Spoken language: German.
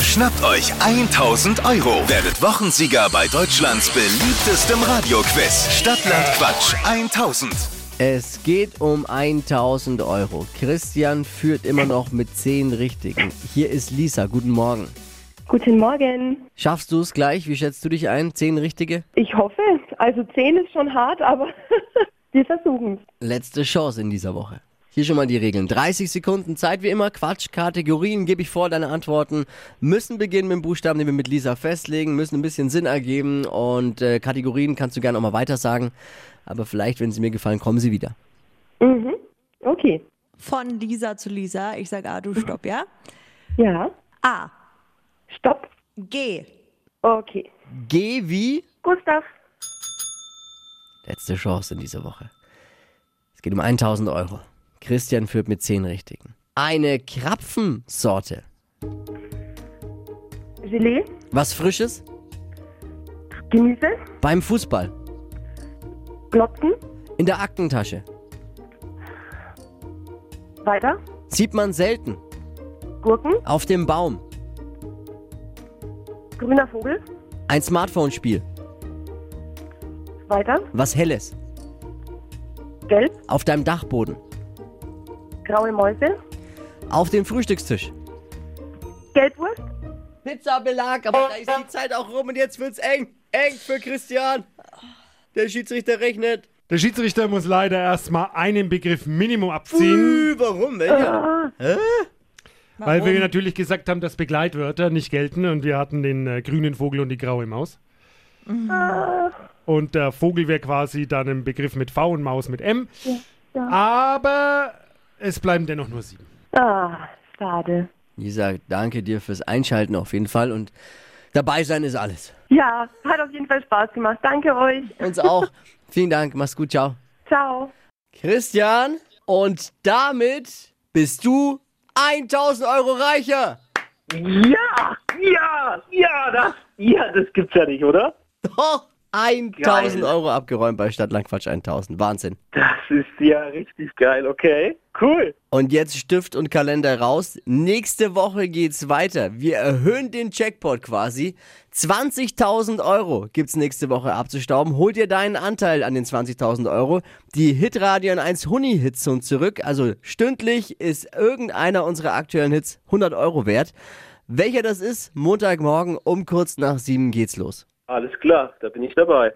Schnappt euch 1000 Euro. Werdet Wochensieger bei Deutschlands beliebtestem Radioquiz. Stadtland Quatsch 1000. Es geht um 1000 Euro. Christian führt immer noch mit 10 Richtigen. Hier ist Lisa. Guten Morgen. Guten Morgen. Schaffst du es gleich? Wie schätzt du dich ein? 10 Richtige? Ich hoffe, also 10 ist schon hart, aber wir versuchen es. Letzte Chance in dieser Woche. Hier schon mal die Regeln. 30 Sekunden Zeit wie immer. Quatsch, Kategorien gebe ich vor. Deine Antworten müssen beginnen mit dem Buchstaben, den wir mit Lisa festlegen, müssen ein bisschen Sinn ergeben und äh, Kategorien kannst du gerne auch mal weiter sagen. Aber vielleicht, wenn sie mir gefallen, kommen sie wieder. Mhm. Okay. Von Lisa zu Lisa. Ich sage A, du stopp, ja? Ja. A. Stopp. G. Okay. G wie? Gustav. Letzte Chance in dieser Woche. Es geht um 1000 Euro. Christian führt mit 10 Richtigen. Eine Krapfensorte. Gelee. Was Frisches? Gemüse. Beim Fußball. Glotzen. In der Aktentasche. Weiter. Sieht man selten. Gurken. Auf dem Baum. Grüner Vogel. Ein Smartphone-Spiel. Weiter. Was Helles. Gelb. Auf deinem Dachboden. Graue Mäuse. Auf dem Frühstückstisch. Gelbwurst. Pizzabelag, aber da ist die Zeit auch rum und jetzt wird's eng. Eng für Christian. Der Schiedsrichter rechnet. Der Schiedsrichter muss leider erstmal einen Begriff Minimum abziehen, Puh, warum? Welcher? weil wir natürlich gesagt haben, dass Begleitwörter nicht gelten und wir hatten den äh, grünen Vogel und die graue Maus. Und der Vogel wäre quasi dann ein Begriff mit V und Maus mit M. Aber es bleiben dennoch nur sieben. Ah, schade. Lisa, danke dir fürs Einschalten auf jeden Fall und dabei sein ist alles. Ja, hat auf jeden Fall Spaß gemacht. Danke euch. Uns auch. Vielen Dank, mach's gut, ciao. Ciao. Christian, und damit bist du 1000 Euro reicher. Ja, ja, ja, das, ja, das gibt's ja nicht, oder? Doch, 1000 Geil. Euro abgeräumt bei Stadtlandquatsch 1000. Wahnsinn. Das ist ja richtig geil, okay. Cool. Und jetzt Stift und Kalender raus. Nächste Woche geht's weiter. Wir erhöhen den Jackpot quasi. 20.000 Euro gibt's nächste Woche abzustauben. Holt dir deinen Anteil an den 20.000 Euro. Die Hitradio 1 Huni Hits sind zurück. Also stündlich ist irgendeiner unserer aktuellen Hits 100 Euro wert. Welcher das ist, Montagmorgen um kurz nach sieben geht's los. Alles klar, da bin ich dabei.